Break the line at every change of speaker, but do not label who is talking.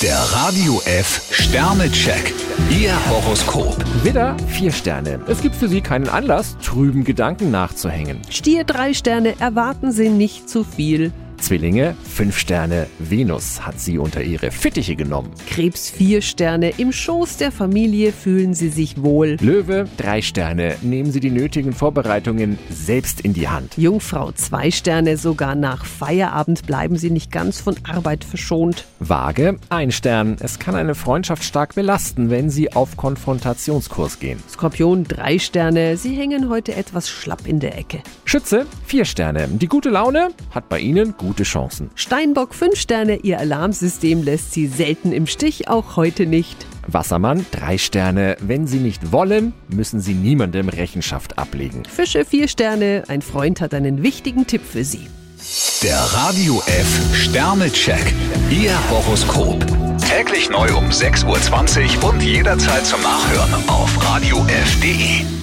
Der Radio F Sternecheck. Ihr Horoskop.
Widder, vier Sterne. Es gibt für Sie keinen Anlass, trüben Gedanken nachzuhängen.
Stier drei Sterne, erwarten Sie nicht zu viel.
Zwillinge, fünf Sterne. Venus hat Sie unter ihre Fittiche genommen.
Krebs vier Sterne, im Schoß der Familie fühlen Sie sich wohl.
Löwe, drei Sterne. Nehmen Sie die nötigen Vorbereitungen selbst in die Hand.
Jungfrau zwei Sterne, sogar nach Feierabend bleiben Sie nicht ganz von Arbeit verschont.
Waage, ein Stern. Es kann eine Freundschaft stark belasten, wenn Sie auf Konfrontationskurs gehen.
Skorpion drei Sterne, Sie hängen heute etwas schlapp in der Ecke.
Schütze, vier Sterne. Die gute Laune hat bei Ihnen gute Chancen.
Steinbock fünf Sterne, Ihr Alarmsystem lässt Sie selten im Stich, auch heute nicht.
Wassermann, drei Sterne. Wenn Sie nicht wollen, müssen Sie niemandem Rechenschaft ablegen.
Fische vier Sterne, ein Freund hat einen wichtigen Tipp für Sie.
Der Radio F Sternecheck. Ihr Horoskop. Täglich neu um 6.20 Uhr und jederzeit zum Nachhören auf Radio radiof.de.